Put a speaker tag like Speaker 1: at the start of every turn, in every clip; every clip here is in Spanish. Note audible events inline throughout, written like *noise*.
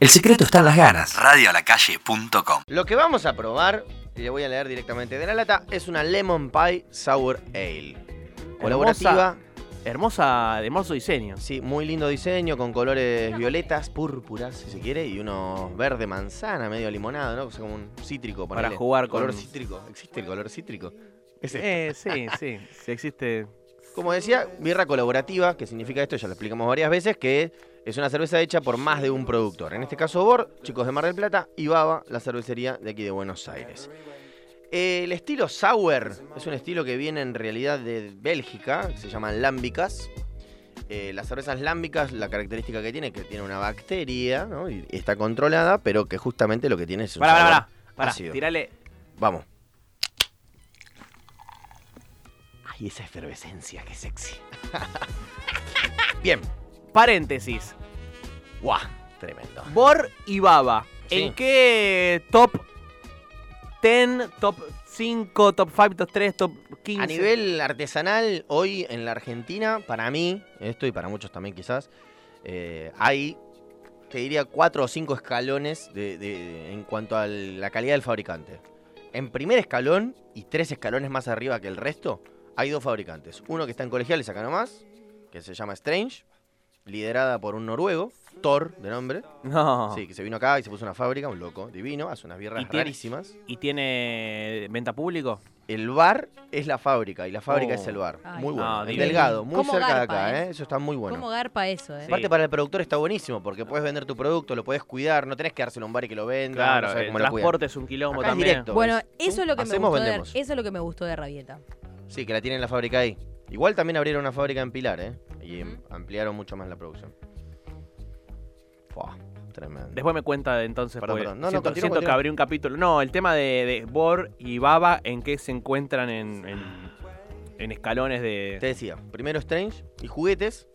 Speaker 1: El secreto está en las ganas.
Speaker 2: Radioalacalle.com
Speaker 3: Lo que vamos a probar, y le voy a leer directamente de la lata, es una Lemon Pie Sour Ale. Colaborativa.
Speaker 4: Hermosa, hermoso diseño.
Speaker 3: Sí, muy lindo diseño, con colores violetas, púrpuras, si se quiere, y unos verde manzana, medio limonado, ¿no? O sea, como un cítrico.
Speaker 4: Para
Speaker 3: ponele.
Speaker 4: jugar con-
Speaker 3: Color cítrico. ¿Existe el color cítrico? Ese. *laughs*
Speaker 4: Eh, sí, sí. Si existe.
Speaker 3: Como decía, birra colaborativa, que significa esto, ya lo explicamos varias veces, que es una cerveza hecha por más de un productor. En este caso, Bor, chicos de Mar del Plata, y Baba, la cervecería de aquí de Buenos Aires. Eh, El estilo sour es un estilo que viene en realidad de Bélgica, que se llaman lámbicas. Eh, las cervezas lámbicas, la característica que tiene es que tiene una bacteria, ¿no? Y está controlada, pero que justamente lo que tiene es un
Speaker 4: Pará, pará,
Speaker 3: sabor
Speaker 4: pará. Pará,
Speaker 3: ácido.
Speaker 4: tirale.
Speaker 3: Vamos. Ay, esa efervescencia, qué sexy. *laughs* Bien.
Speaker 4: Paréntesis.
Speaker 3: Guau, tremendo.
Speaker 4: Bor y Baba.
Speaker 3: Sí.
Speaker 4: ¿En qué top 10, top 5, top 5, top 3, top 15?
Speaker 3: A nivel artesanal, hoy en la Argentina, para mí, esto y para muchos también quizás, eh, hay, te diría, cuatro o cinco escalones de- de- en cuanto a la calidad del fabricante. En primer escalón y tres escalones más arriba que el resto, hay dos fabricantes. Uno que está en colegiales acá nomás, que se llama Strange, liderada por un noruego, Thor de nombre.
Speaker 4: No.
Speaker 3: Sí, que se vino acá y se puso una fábrica, un loco, divino, hace unas
Speaker 4: Ah. Y
Speaker 3: birras
Speaker 4: tiene-
Speaker 3: rarísimas.
Speaker 4: ¿Y tiene venta público?
Speaker 3: El bar es la fábrica y la fábrica
Speaker 4: Oh.
Speaker 3: es el bar.
Speaker 5: Ay,
Speaker 3: muy bueno.
Speaker 4: no,
Speaker 3: en
Speaker 4: divino.
Speaker 3: delgado, muy
Speaker 5: Cómo
Speaker 3: cerca de
Speaker 5: garpa,
Speaker 3: acá,
Speaker 5: eh.
Speaker 3: ¿eh? Eso está muy bueno.
Speaker 5: ¿Cómo garpa eso, eh?
Speaker 4: Sí.
Speaker 3: Aparte, para el productor está buenísimo porque puedes vender tu producto, lo puedes cuidar, no tenés que dárselo a un bar y que lo venda. no sabés
Speaker 4: el
Speaker 3: cómo lo cuidan.
Speaker 4: transporte es un quilombo
Speaker 3: Acá es
Speaker 4: también.
Speaker 3: directo.
Speaker 5: Bueno,
Speaker 3: ¿ves?
Speaker 5: eso es lo que
Speaker 3: Hacemos,
Speaker 5: me gustó de,
Speaker 3: vendemos.
Speaker 5: eso es lo que me gustó de Rabieta.
Speaker 3: Sí, que la tienen en la fábrica ahí. Igual también abrieron una fábrica en Pilar, ¿eh? Y em,
Speaker 5: Ujú.
Speaker 3: ampliaron mucho más la producción. Fua, tremendo.
Speaker 4: Después me cuenta de entonces.
Speaker 3: Perdón,
Speaker 4: porque
Speaker 3: perdón. No, no,
Speaker 4: siento,
Speaker 3: continúa,
Speaker 4: siento que
Speaker 3: continúa.
Speaker 4: abrí un capítulo. No, el tema de, de Bor y Baba, en qué se encuentran en, en- en escalones de
Speaker 3: Te decía, primero Strange y juguetes,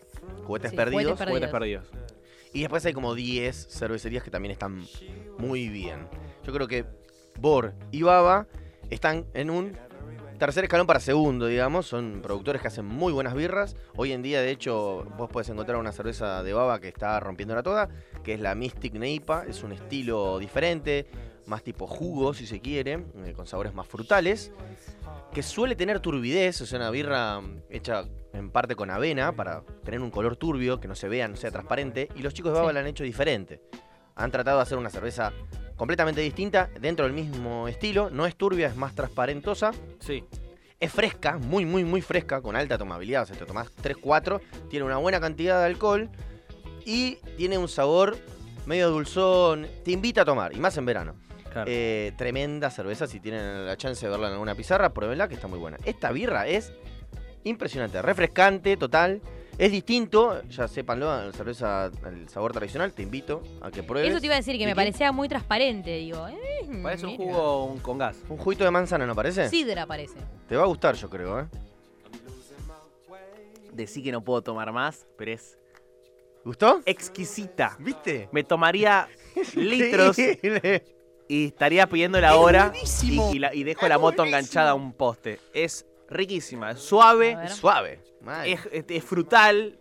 Speaker 3: juguetes
Speaker 5: Sí,
Speaker 3: perdidos.
Speaker 5: juguetes
Speaker 4: juguetes
Speaker 5: perdidos.
Speaker 4: perdidos.
Speaker 3: Y después hay como 10 cervecerías que también están muy bien. Yo creo que Bor y Baba están en un tercer escalón para segundo, digamos. Son productores que hacen muy buenas birras. Hoy en día, de hecho, vos podés encontrar una cerveza de Baba que está rompiéndola toda, que es la Mystic Neipa. Es un estilo diferente, más tipo jugo, si se quiere, eh, con sabores más frutales. Que suele tener turbidez, o sea, una birra mm, hecha en parte con avena para tener un color turbio, que no se vea, no sea transparente. Y los chicos de Baba
Speaker 5: Sí.
Speaker 3: la han hecho diferente. Han tratado de hacer una cerveza completamente distinta, dentro del mismo estilo. No es turbia, es más transparentosa.
Speaker 4: Sí.
Speaker 3: Es fresca, muy, muy, muy fresca, con alta tomabilidad. O sea, te tomás 3, 4, tiene una buena cantidad de alcohol y tiene un sabor medio dulzón. Te invita a tomar, y más en verano.
Speaker 4: Claro.
Speaker 3: Eh, tremenda cerveza, si tienen la chance de verla en alguna pizarra, pruébenla, que está muy buena. Esta birra es impresionante, refrescante, total. Es distinto, ya sépanlo, a la cerveza, al sabor tradicional, te invito a que pruebes.
Speaker 5: Eso te iba a decir que me
Speaker 3: Vicky.
Speaker 5: parecía muy transparente, digo. eh,
Speaker 4: Parece un
Speaker 5: mira.
Speaker 4: jugo un- con gas.
Speaker 3: Un juguito de manzana, ¿no parece?
Speaker 5: Sidra parece.
Speaker 3: Te va a gustar, yo creo, ¿eh?
Speaker 4: Decí que no puedo tomar más, pero es
Speaker 3: ¿Gustó?
Speaker 4: exquisita.
Speaker 3: ¿Viste?
Speaker 4: Me tomaría *laughs* litros
Speaker 3: Increíble.
Speaker 4: y estaría pidiendo la hora y, y la- y dejo la moto enganchada a un poste. Es riquísima, es suave,
Speaker 5: A ver.
Speaker 3: Suave. *laughs* Mal.
Speaker 4: es, es- es frutal.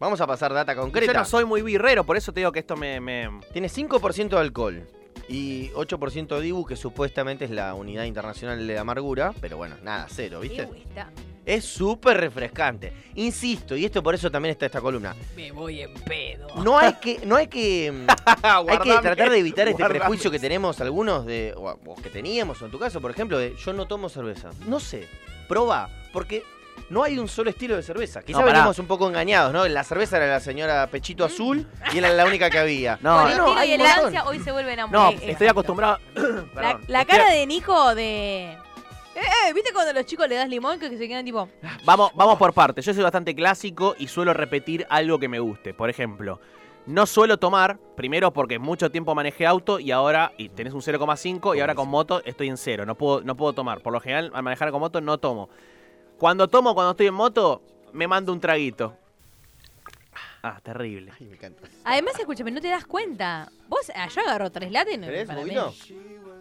Speaker 3: Vamos a pasar data
Speaker 4: Y Yo
Speaker 3: concreta.
Speaker 4: no soy muy birrero, por eso te digo que esto me... me-
Speaker 5: Eh,
Speaker 3: Tiene 5% de alcohol y 8% de Dibu, que supuestamente es la unidad internacional de amargura. Pero bueno, nada, cero, ¿viste?
Speaker 5: Ew, está-
Speaker 3: Es súper refrescante. Insisto, y esto por eso también está esta columna.
Speaker 5: Me voy en pedo.
Speaker 3: No hay que, no hay que, mm,
Speaker 4: *laughs*
Speaker 3: hay que
Speaker 4: Guardame,
Speaker 3: tratar de evitar este
Speaker 4: guardame.
Speaker 3: prejuicio que tenemos algunos de, o, o que teníamos, o en tu caso, por ejemplo, de yo no tomo cerveza. No sé, proba, porque no hay un solo estilo de cerveza. Quizá
Speaker 4: No, pará.
Speaker 3: venimos un poco engañados, ¿no? La cerveza era la señora Pechito Azul y era la única que había.
Speaker 4: No,
Speaker 5: Con el
Speaker 3: no,
Speaker 5: tiro
Speaker 3: hay
Speaker 5: y
Speaker 3: un
Speaker 5: el
Speaker 3: montón.
Speaker 5: ansia hoy se vuelven a
Speaker 4: No,
Speaker 5: morir.
Speaker 4: estoy acostumbrado...
Speaker 5: eh,
Speaker 4: *coughs*
Speaker 5: La,
Speaker 4: Perdón.
Speaker 5: la
Speaker 4: Estoy-
Speaker 5: cara de Nico de. Eh, eh, ¿viste cuando a los chicos le das limón que se quedan tipo.
Speaker 4: Vamos, vamos por partes. Yo soy bastante clásico y suelo repetir algo que me guste. Por ejemplo, no suelo tomar, primero porque mucho tiempo manejé auto y ahora y tenés un 0,5 y ahora con moto estoy en cero. No puedo, no puedo tomar. Por lo general, al manejar con moto no tomo. Cuando tomo, cuando estoy en moto, me mando un traguito. Ah, terrible.
Speaker 3: Ay, me encanta.
Speaker 5: Además, escúchame, no te das cuenta. Vos, ah, yo agarro tres lates. no,
Speaker 3: ¿Querés,
Speaker 5: para mí.
Speaker 3: Boguito?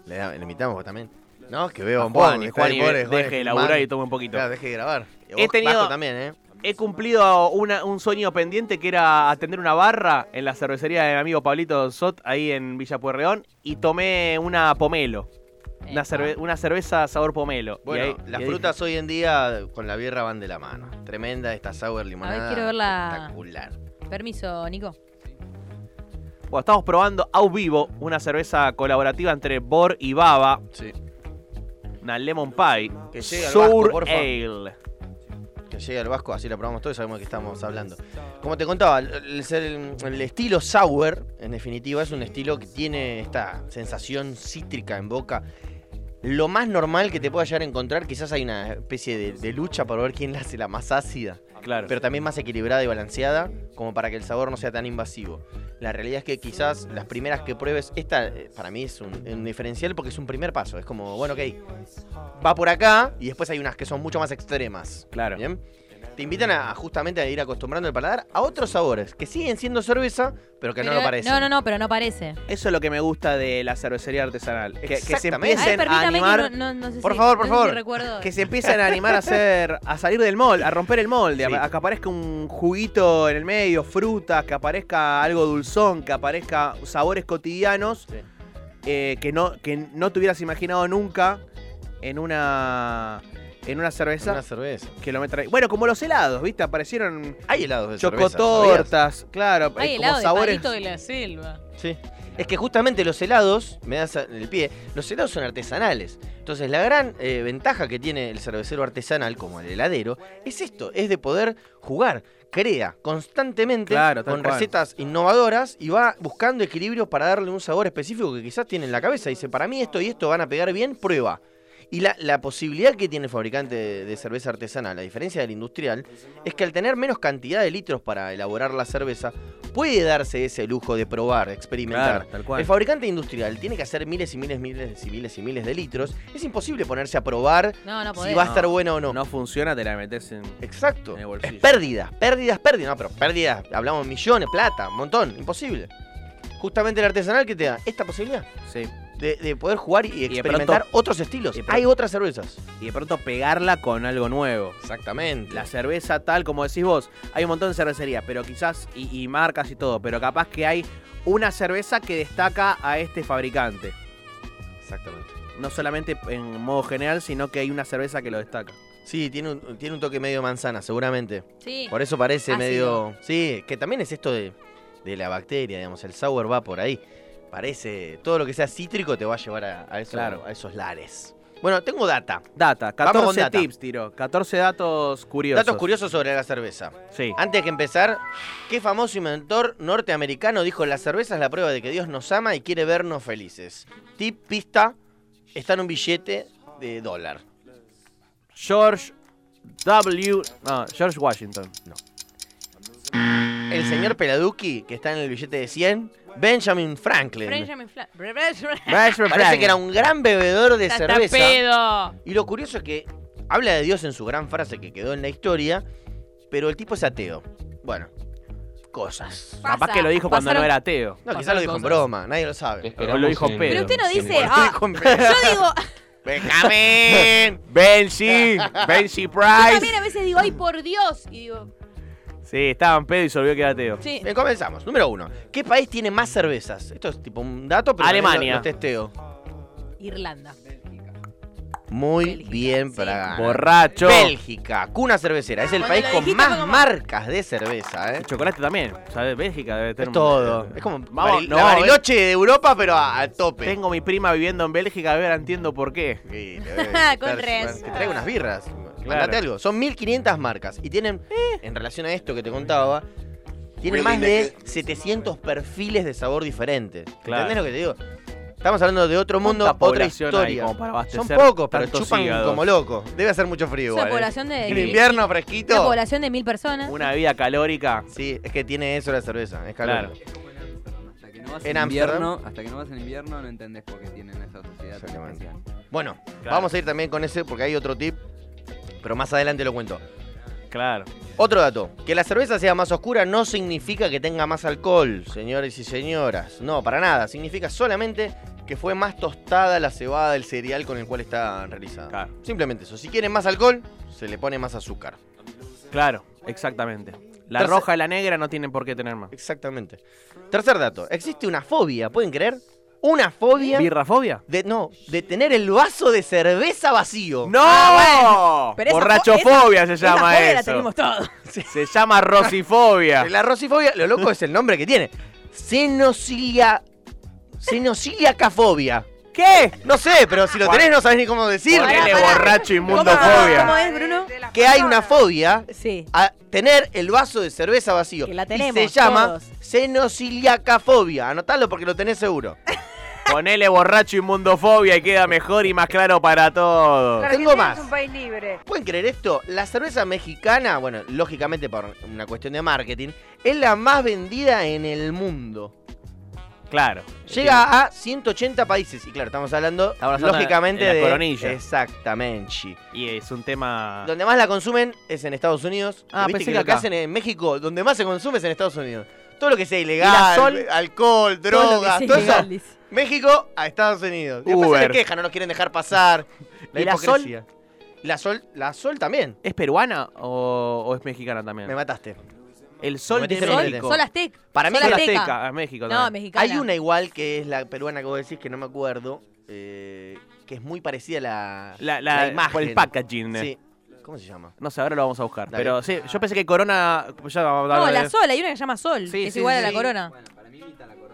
Speaker 3: Le, da- le invitamos vos también. No, es que veo
Speaker 4: A
Speaker 3: un
Speaker 4: Juan,
Speaker 3: poco,
Speaker 4: y
Speaker 3: está
Speaker 4: Juan
Speaker 3: ahí,
Speaker 4: y
Speaker 3: pobre,
Speaker 4: deje
Speaker 3: Juan,
Speaker 4: de
Speaker 3: es
Speaker 4: laburar
Speaker 3: man.
Speaker 4: y tome un poquito.
Speaker 3: Claro, deje de grabar. Y
Speaker 4: He
Speaker 3: vos,
Speaker 4: tenido-
Speaker 3: Vasco también, ¿eh?
Speaker 4: He cumplido una- un sueño pendiente que era atender una barra en la cervecería de mi amigo Pablito Sot, ahí en Villa Puerreón, y tomé una pomelo.
Speaker 5: Eh,
Speaker 4: Una, cerve- una cerveza sabor pomelo. Y
Speaker 3: Bueno,
Speaker 4: ahí- y
Speaker 3: las
Speaker 4: ahí
Speaker 3: frutas hoy en día con la birra van de la mano. Tremenda esta sour limonada.
Speaker 5: quiero verla.
Speaker 3: Espectacular.
Speaker 5: Permiso, Nico.
Speaker 4: dije, Bueno, estamos probando Au Vivo, una cerveza colaborativa entre Bor y Baba,
Speaker 3: Sí.
Speaker 4: una Lemon Pie,
Speaker 3: Que llegue al vasco,
Speaker 4: Sour
Speaker 3: porfa.
Speaker 4: Ale.
Speaker 3: Que llegue al Vasco, así la probamos todos y sabemos de qué estamos hablando. Como te contaba, el, el- el estilo sour, en definitiva, es un estilo que tiene esta sensación cítrica en boca. Lo más normal que te pueda llegar a encontrar, quizás hay una especie de, de lucha para ver quién la hace la más ácida,
Speaker 4: Claro.
Speaker 3: pero también más equilibrada y balanceada, como para que el sabor no sea tan invasivo. La realidad es que quizás las primeras que pruebes, esta eh, para mí es un, un diferencial porque es un primer paso. Es como, bueno, ok, va por acá y después hay unas que son mucho más extremas.
Speaker 4: claro.
Speaker 3: Bien. Te invitan a justamente a ir acostumbrando el paladar a otros sabores que siguen siendo cerveza, pero que
Speaker 5: Pero-
Speaker 3: no lo parecen.
Speaker 5: No, no, no, pero no parece.
Speaker 4: Eso es lo que me gusta de la cervecería artesanal. Que, que se
Speaker 3: Exactamente.
Speaker 5: Ay,
Speaker 4: empiecen a
Speaker 5: permítame
Speaker 4: animar.
Speaker 5: que no, no, no sé
Speaker 3: Por
Speaker 5: si-
Speaker 3: favor, por
Speaker 5: no sé si
Speaker 3: favor.
Speaker 5: recuerdo.
Speaker 4: Que se empiezan a animar a hacer, a salir del molde, a romper el molde,
Speaker 3: Sí.
Speaker 4: a, a que aparezca un juguito en el medio, frutas, que aparezca algo dulzón, que aparezca sabores cotidianos
Speaker 3: Sí.
Speaker 4: eh, que, no, que no te hubieras imaginado nunca en una en una
Speaker 3: Es
Speaker 4: cerveza
Speaker 3: una cerveza.
Speaker 4: que lo metan ahí. Bueno, como los helados, ¿viste? Aparecieron
Speaker 3: Hay helados de cerveza.
Speaker 4: chocotortas, claro, eh,
Speaker 5: Hay
Speaker 4: como
Speaker 5: helado de
Speaker 4: sabores.
Speaker 5: palito de la selva.
Speaker 3: ¿sabías? Sí. Es que justamente los helados, me das el pie, los helados son artesanales. Entonces la gran eh, ventaja que tiene el cervecero artesanal, como el heladero, es esto, es de poder jugar. Crea constantemente
Speaker 4: Claro, tal
Speaker 3: con
Speaker 4: cual.
Speaker 3: recetas innovadoras y va buscando equilibrio para darle un sabor específico que quizás tiene en la cabeza. Dice, para mí esto y esto van a pegar bien, prueba. Y la, la posibilidad que tiene el fabricante de, de cerveza artesanal, a diferencia del industrial, es que al tener menos cantidad de litros para elaborar la cerveza, puede darse ese lujo de probar, de experimentar.
Speaker 4: Claro, tal cual.
Speaker 3: El fabricante industrial tiene que hacer miles y miles, miles y miles y miles de litros. Es imposible ponerse a probar
Speaker 5: No, no
Speaker 3: si
Speaker 5: podés.
Speaker 3: va a
Speaker 4: No,
Speaker 3: estar buena o no.
Speaker 4: No Eh, funciona, te la metes en.
Speaker 3: Exacto.
Speaker 4: En el bolsillo.
Speaker 3: Es pérdida, pérdidas, pérdidas. No, pero pérdidas, hablamos millones, plata, un montón, imposible. Justamente el artesanal que te da esta posibilidad
Speaker 4: Sí.
Speaker 3: de, de poder jugar y
Speaker 4: pronto-
Speaker 3: experimentar otros estilos.
Speaker 4: y de pronto-
Speaker 3: Hay otras cervezas.
Speaker 4: Y de pronto pegarla con algo nuevo.
Speaker 3: Exactamente.
Speaker 4: La cerveza tal, como decís vos, hay un montón de cervecerías, pero quizás, y, y marcas y todo, pero capaz que hay una cerveza que destaca a este fabricante.
Speaker 3: Exactamente.
Speaker 4: No solamente en modo general, sino que hay una cerveza que lo destaca.
Speaker 3: Sí, tiene un, tiene un toque medio manzana, seguramente.
Speaker 5: Sí.
Speaker 3: Por eso parece
Speaker 5: Ácido.
Speaker 3: medio. Sí, que también es esto de, de la bacteria, digamos. El sour va por ahí. Parece. Todo lo que sea cítrico te va a llevar a, a eso-
Speaker 4: Claro.
Speaker 3: a esos lares. Bueno, tengo data.
Speaker 4: Data, 14
Speaker 3: con data.
Speaker 4: tips, tiro. 14 datos curiosos.
Speaker 3: Datos Ah. curiosos sobre la cerveza.
Speaker 4: Sí.
Speaker 3: Antes que empezar, ¿qué famoso inventor norteamericano dijo la cerveza es la prueba de que Dios nos ama y quiere vernos felices? Tip, pista, está en un billete de dólar.
Speaker 4: George W. No, George Washington. Mm.
Speaker 3: El señor Peladuki, que está en el billete de 100, Benjamin Franklin.
Speaker 5: Benjamin Fla- *laughs*
Speaker 3: Parece que era un gran bebedor de
Speaker 5: Está
Speaker 3: cerveza.
Speaker 5: pedo.
Speaker 3: Y lo curioso es que habla de Dios en su gran frase que quedó en la historia, pero el tipo es ateo. Bueno, cosas.
Speaker 4: Capaz
Speaker 5: Pasa.
Speaker 4: que lo dijo cuando
Speaker 5: Pasaron-
Speaker 4: no era ateo.
Speaker 3: No, quizás
Speaker 5: Pasaron
Speaker 3: lo dijo en
Speaker 5: cosas.
Speaker 3: broma, nadie lo sabe.
Speaker 4: Pero lo dijo Pedro.
Speaker 5: Pero usted no
Speaker 3: *laughs*
Speaker 5: dice,
Speaker 3: Lo
Speaker 5: ah,
Speaker 3: dijo en broma.
Speaker 5: *laughs* yo digo,
Speaker 4: ¡Benjamín! ¡Benji! ¡Benji
Speaker 5: yo
Speaker 4: Price!
Speaker 5: también a veces digo, ay, por Dios. Y digo,
Speaker 4: Sí, estaba en pedo y se olvidó que era ateo.
Speaker 5: sí.
Speaker 3: Bien, comenzamos. Número uno. ¿Qué país tiene más cervezas? Esto es tipo un dato, pero también
Speaker 4: Alemania.
Speaker 3: lo- lo testeo.
Speaker 5: Irlanda.
Speaker 3: Muy
Speaker 5: Bélgica,
Speaker 3: bien
Speaker 5: sí.
Speaker 3: para ganar.
Speaker 4: Borracho.
Speaker 3: Bélgica, cuna cervecera. Es el
Speaker 5: Cuando
Speaker 3: país
Speaker 5: lo
Speaker 3: con
Speaker 5: dijiste fue
Speaker 3: más
Speaker 5: como-
Speaker 3: marcas de cerveza, ¿eh?
Speaker 4: El chocolate también. O sea, de Bélgica debe tener
Speaker 3: Es
Speaker 4: un-
Speaker 3: todo. Es como
Speaker 4: Vamos,
Speaker 3: Baril-
Speaker 4: no,
Speaker 3: la Bariloche de Europa, pero a, a
Speaker 4: eh,
Speaker 3: tope.
Speaker 4: Tengo mi prima viviendo en Bélgica, ahora entiendo por qué.
Speaker 3: Sí,
Speaker 5: *laughs*
Speaker 3: te voy a
Speaker 5: Con
Speaker 3: visitar,
Speaker 5: res.
Speaker 3: Te traigo unas birras. Mandate algo. Son 1500 marcas. Y tienen,
Speaker 5: Eh.
Speaker 3: en relación a esto que te contaba, tienen más de 700 perfiles de sabor diferentes.
Speaker 4: Claro.
Speaker 3: ¿Entendés lo que te digo? Estamos hablando de otro mundo,
Speaker 4: ¿Cuánta
Speaker 3: otra
Speaker 4: población hay
Speaker 3: historia.
Speaker 4: como para abastecer
Speaker 3: Son pocos, pero
Speaker 4: tantos
Speaker 3: chupan
Speaker 4: hígados?
Speaker 3: como locos. Debe hacer mucho frío
Speaker 5: Es una
Speaker 3: igual. ¿eh?
Speaker 5: población de.
Speaker 3: En invierno fresquito.
Speaker 5: Una población de mil personas.
Speaker 4: Una vida calórica.
Speaker 3: Sí, es que tiene eso la cerveza. Es calor.
Speaker 4: Claro.
Speaker 1: Hasta que no vas
Speaker 3: En
Speaker 1: en,
Speaker 3: Ámsterdam.
Speaker 1: invierno, hasta que no vas en invierno no entendés por qué tienen esa sociedad tan
Speaker 3: Exactamente.
Speaker 1: especial.
Speaker 3: Bueno,
Speaker 4: Claro.
Speaker 3: vamos a ir también con ese porque hay otro tip. Pero más adelante lo cuento.
Speaker 4: Claro.
Speaker 3: Otro dato, que la cerveza sea más oscura no significa que tenga más alcohol, señores y señoras. No, para nada. Significa solamente que fue más tostada la cebada del cereal con el cual está realizada.
Speaker 4: Claro.
Speaker 3: Simplemente eso. Si quieren más alcohol, se le pone más azúcar.
Speaker 4: Claro. Exactamente. La
Speaker 3: Tercer-
Speaker 4: roja y la negra no tienen por qué tener más.
Speaker 3: Exactamente. Tercer dato. Existe una fobia, ¿pueden creer? Una fobia
Speaker 4: ¿Birrafobia?
Speaker 3: de no, de tener el vaso de cerveza vacío.
Speaker 4: ¡No!
Speaker 5: Ah, Pero esa fo-
Speaker 4: Borrachofobia se
Speaker 5: Esa
Speaker 4: llama
Speaker 5: fobia la
Speaker 4: eso.
Speaker 5: tenemos todos.
Speaker 4: Se llama
Speaker 5: *laughs*
Speaker 4: rosifobia.
Speaker 3: La rosifobia, lo loco es el nombre que tiene. Senocilia Senociliacafobia.
Speaker 4: ¿Qué?
Speaker 3: No sé, pero si lo tenés no sabés ni cómo decirlo.
Speaker 4: Ponele
Speaker 5: pará.
Speaker 4: borracho
Speaker 5: ¿Cómo, cómo
Speaker 4: inmundofobia.
Speaker 5: es, Bruno?
Speaker 3: Que hay una fobia
Speaker 5: Sí.
Speaker 3: a tener el vaso de cerveza vacío.
Speaker 5: Que la
Speaker 3: Y
Speaker 5: tenemos
Speaker 3: se llama
Speaker 5: todos.
Speaker 3: senociliacafobia. Anotalo porque lo tenés seguro.
Speaker 4: Ponele borracho inmundofobia y queda mejor y más claro para todos.
Speaker 3: Tengo
Speaker 2: Argentina
Speaker 3: más.
Speaker 2: Es un país libre.
Speaker 3: ¿Pueden creer esto? La cerveza mexicana, bueno, lógicamente por una cuestión de marketing, es la más vendida en el mundo.
Speaker 4: Claro.
Speaker 3: Llega a 180 países. Y claro, estamos hablando,
Speaker 4: Estamos hablando
Speaker 3: lógicamente
Speaker 4: en la
Speaker 3: de.
Speaker 4: coronilla.
Speaker 3: Exactamente.
Speaker 4: Y es un tema.
Speaker 3: Donde más la consumen es en Estados Unidos.
Speaker 4: Ah,
Speaker 3: Viste
Speaker 4: pensé
Speaker 3: que
Speaker 4: que
Speaker 3: lo que
Speaker 4: acá.
Speaker 3: hacen en México, donde más se consume es en Estados Unidos. Todo lo que sea
Speaker 4: la
Speaker 3: ilegal,
Speaker 4: Sol?
Speaker 3: alcohol,
Speaker 5: Todo lo
Speaker 3: drogas,
Speaker 5: que sea
Speaker 3: todo
Speaker 5: ilegal,
Speaker 3: eso.
Speaker 5: dice.
Speaker 3: México a Estados Unidos. Y Después se
Speaker 4: Uber.
Speaker 3: le quejan, no nos quieren dejar
Speaker 4: *laughs*
Speaker 3: pasar. La
Speaker 4: ¿Y la Sol?
Speaker 3: hipocresía. La sol, la sol también.
Speaker 4: ¿Es peruana o, o es mexicana también?
Speaker 3: Me mataste.
Speaker 4: El sol
Speaker 3: me
Speaker 4: de
Speaker 3: metiste en el
Speaker 5: Sol,
Speaker 4: México.
Speaker 5: Sol Aztec.
Speaker 3: Para mí
Speaker 5: Sol
Speaker 4: Sol
Speaker 3: Sol
Speaker 5: Azteca.
Speaker 4: azteca, es México
Speaker 5: No,
Speaker 4: también.
Speaker 5: mexicana.
Speaker 3: Hay una igual que es la peruana que vos decís que no me acuerdo. eh, que es muy parecida a la,
Speaker 4: la, la-
Speaker 3: la imagen.
Speaker 4: por el packaging.
Speaker 3: Sí. ¿Cómo se llama?
Speaker 4: No sé, ahora lo vamos a buscar.
Speaker 3: Dale.
Speaker 4: Pero sí, yo pensé que Corona. ya vamos a
Speaker 5: No,
Speaker 4: hablar
Speaker 5: la
Speaker 4: de-
Speaker 5: Sol, hay una que se llama Sol,
Speaker 4: Sí,
Speaker 5: que es
Speaker 4: sí,
Speaker 5: igual a la
Speaker 4: sí.
Speaker 5: corona.
Speaker 1: Bueno, para mí imita la corona.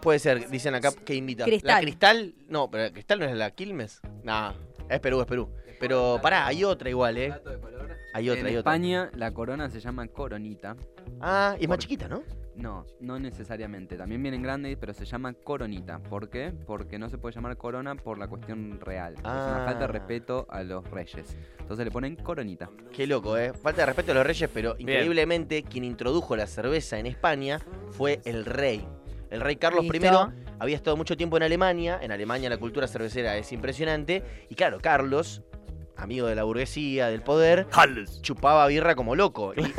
Speaker 3: Puede ser, dicen acá que invita. La
Speaker 5: Cristal.
Speaker 3: cristal, no, pero la cristal no es la Quilmes. No, es Perú, es Perú. Pero pará, hay otra igual, ¿eh?
Speaker 1: Dato de color.
Speaker 3: Hay otra,
Speaker 1: en
Speaker 3: hay otra.
Speaker 1: España la corona se llama coronita.
Speaker 3: Ah, y es más
Speaker 1: Por-
Speaker 3: chiquita, ¿no?
Speaker 1: No, no necesariamente. También vienen grandes, pero se llama coronita. ¿Por qué? Porque no se puede llamar corona por la cuestión real. Es una falta de
Speaker 3: Ah.
Speaker 1: respeto a los reyes. Entonces le ponen coronita.
Speaker 3: Qué loco, ¿eh? Falta de respeto a los reyes, pero
Speaker 4: Bien.
Speaker 3: increíblemente quien introdujo la cerveza en España fue el rey. El rey Carlos
Speaker 5: Listo.
Speaker 3: I había estado mucho tiempo en Alemania. En Alemania la cultura cervecera es impresionante. Y claro, Carlos, amigo de la burguesía, del poder,
Speaker 4: Halles.
Speaker 3: chupaba birra como loco. Y en,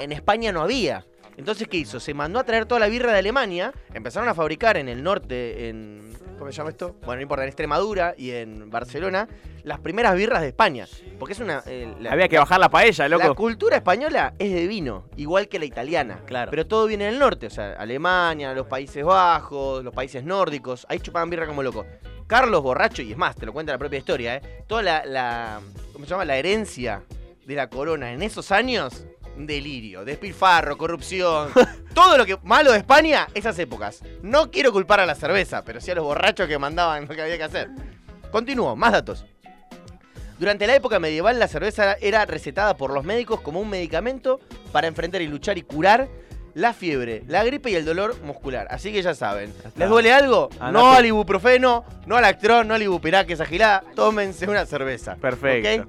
Speaker 3: en España no había. Entonces, ¿qué hizo? Se mandó a traer toda la birra de Alemania. Empezaron a fabricar en el norte, en. ¿Cómo se llama esto? Bueno, no importa, en Extremadura y en Barcelona, las primeras birras de España. Porque es una. eh, la-
Speaker 4: Había que bajar la paella,
Speaker 3: la
Speaker 4: loco.
Speaker 3: cultura española es de vino, igual que la italiana.
Speaker 4: Claro.
Speaker 3: Pero todo viene del norte, o sea, Alemania, los Países Bajos, los países nórdicos. Ahí chupaban birra como loco. Carlos borracho, y es más, te lo cuenta la propia historia, ¿eh? Toda la, la- ¿Cómo se llama? La herencia de la corona en esos años, un delirio, despilfarro, corrupción. todo lo que malo de España, esas épocas. No quiero culpar a la cerveza, pero sí a los borrachos que mandaban lo que había que hacer. Continúo, más datos. Durante la época medieval la cerveza era recetada por los médicos como un medicamento para enfrentar y luchar y curar la fiebre, la gripe y el dolor muscular. Así que ya saben, ¿les duele algo?
Speaker 4: Andate.
Speaker 3: No al ibuprofeno, no al Actron, no al Ibupirá, que es agilada. Tómense una cerveza.
Speaker 4: Perfecto.
Speaker 3: ¿ok?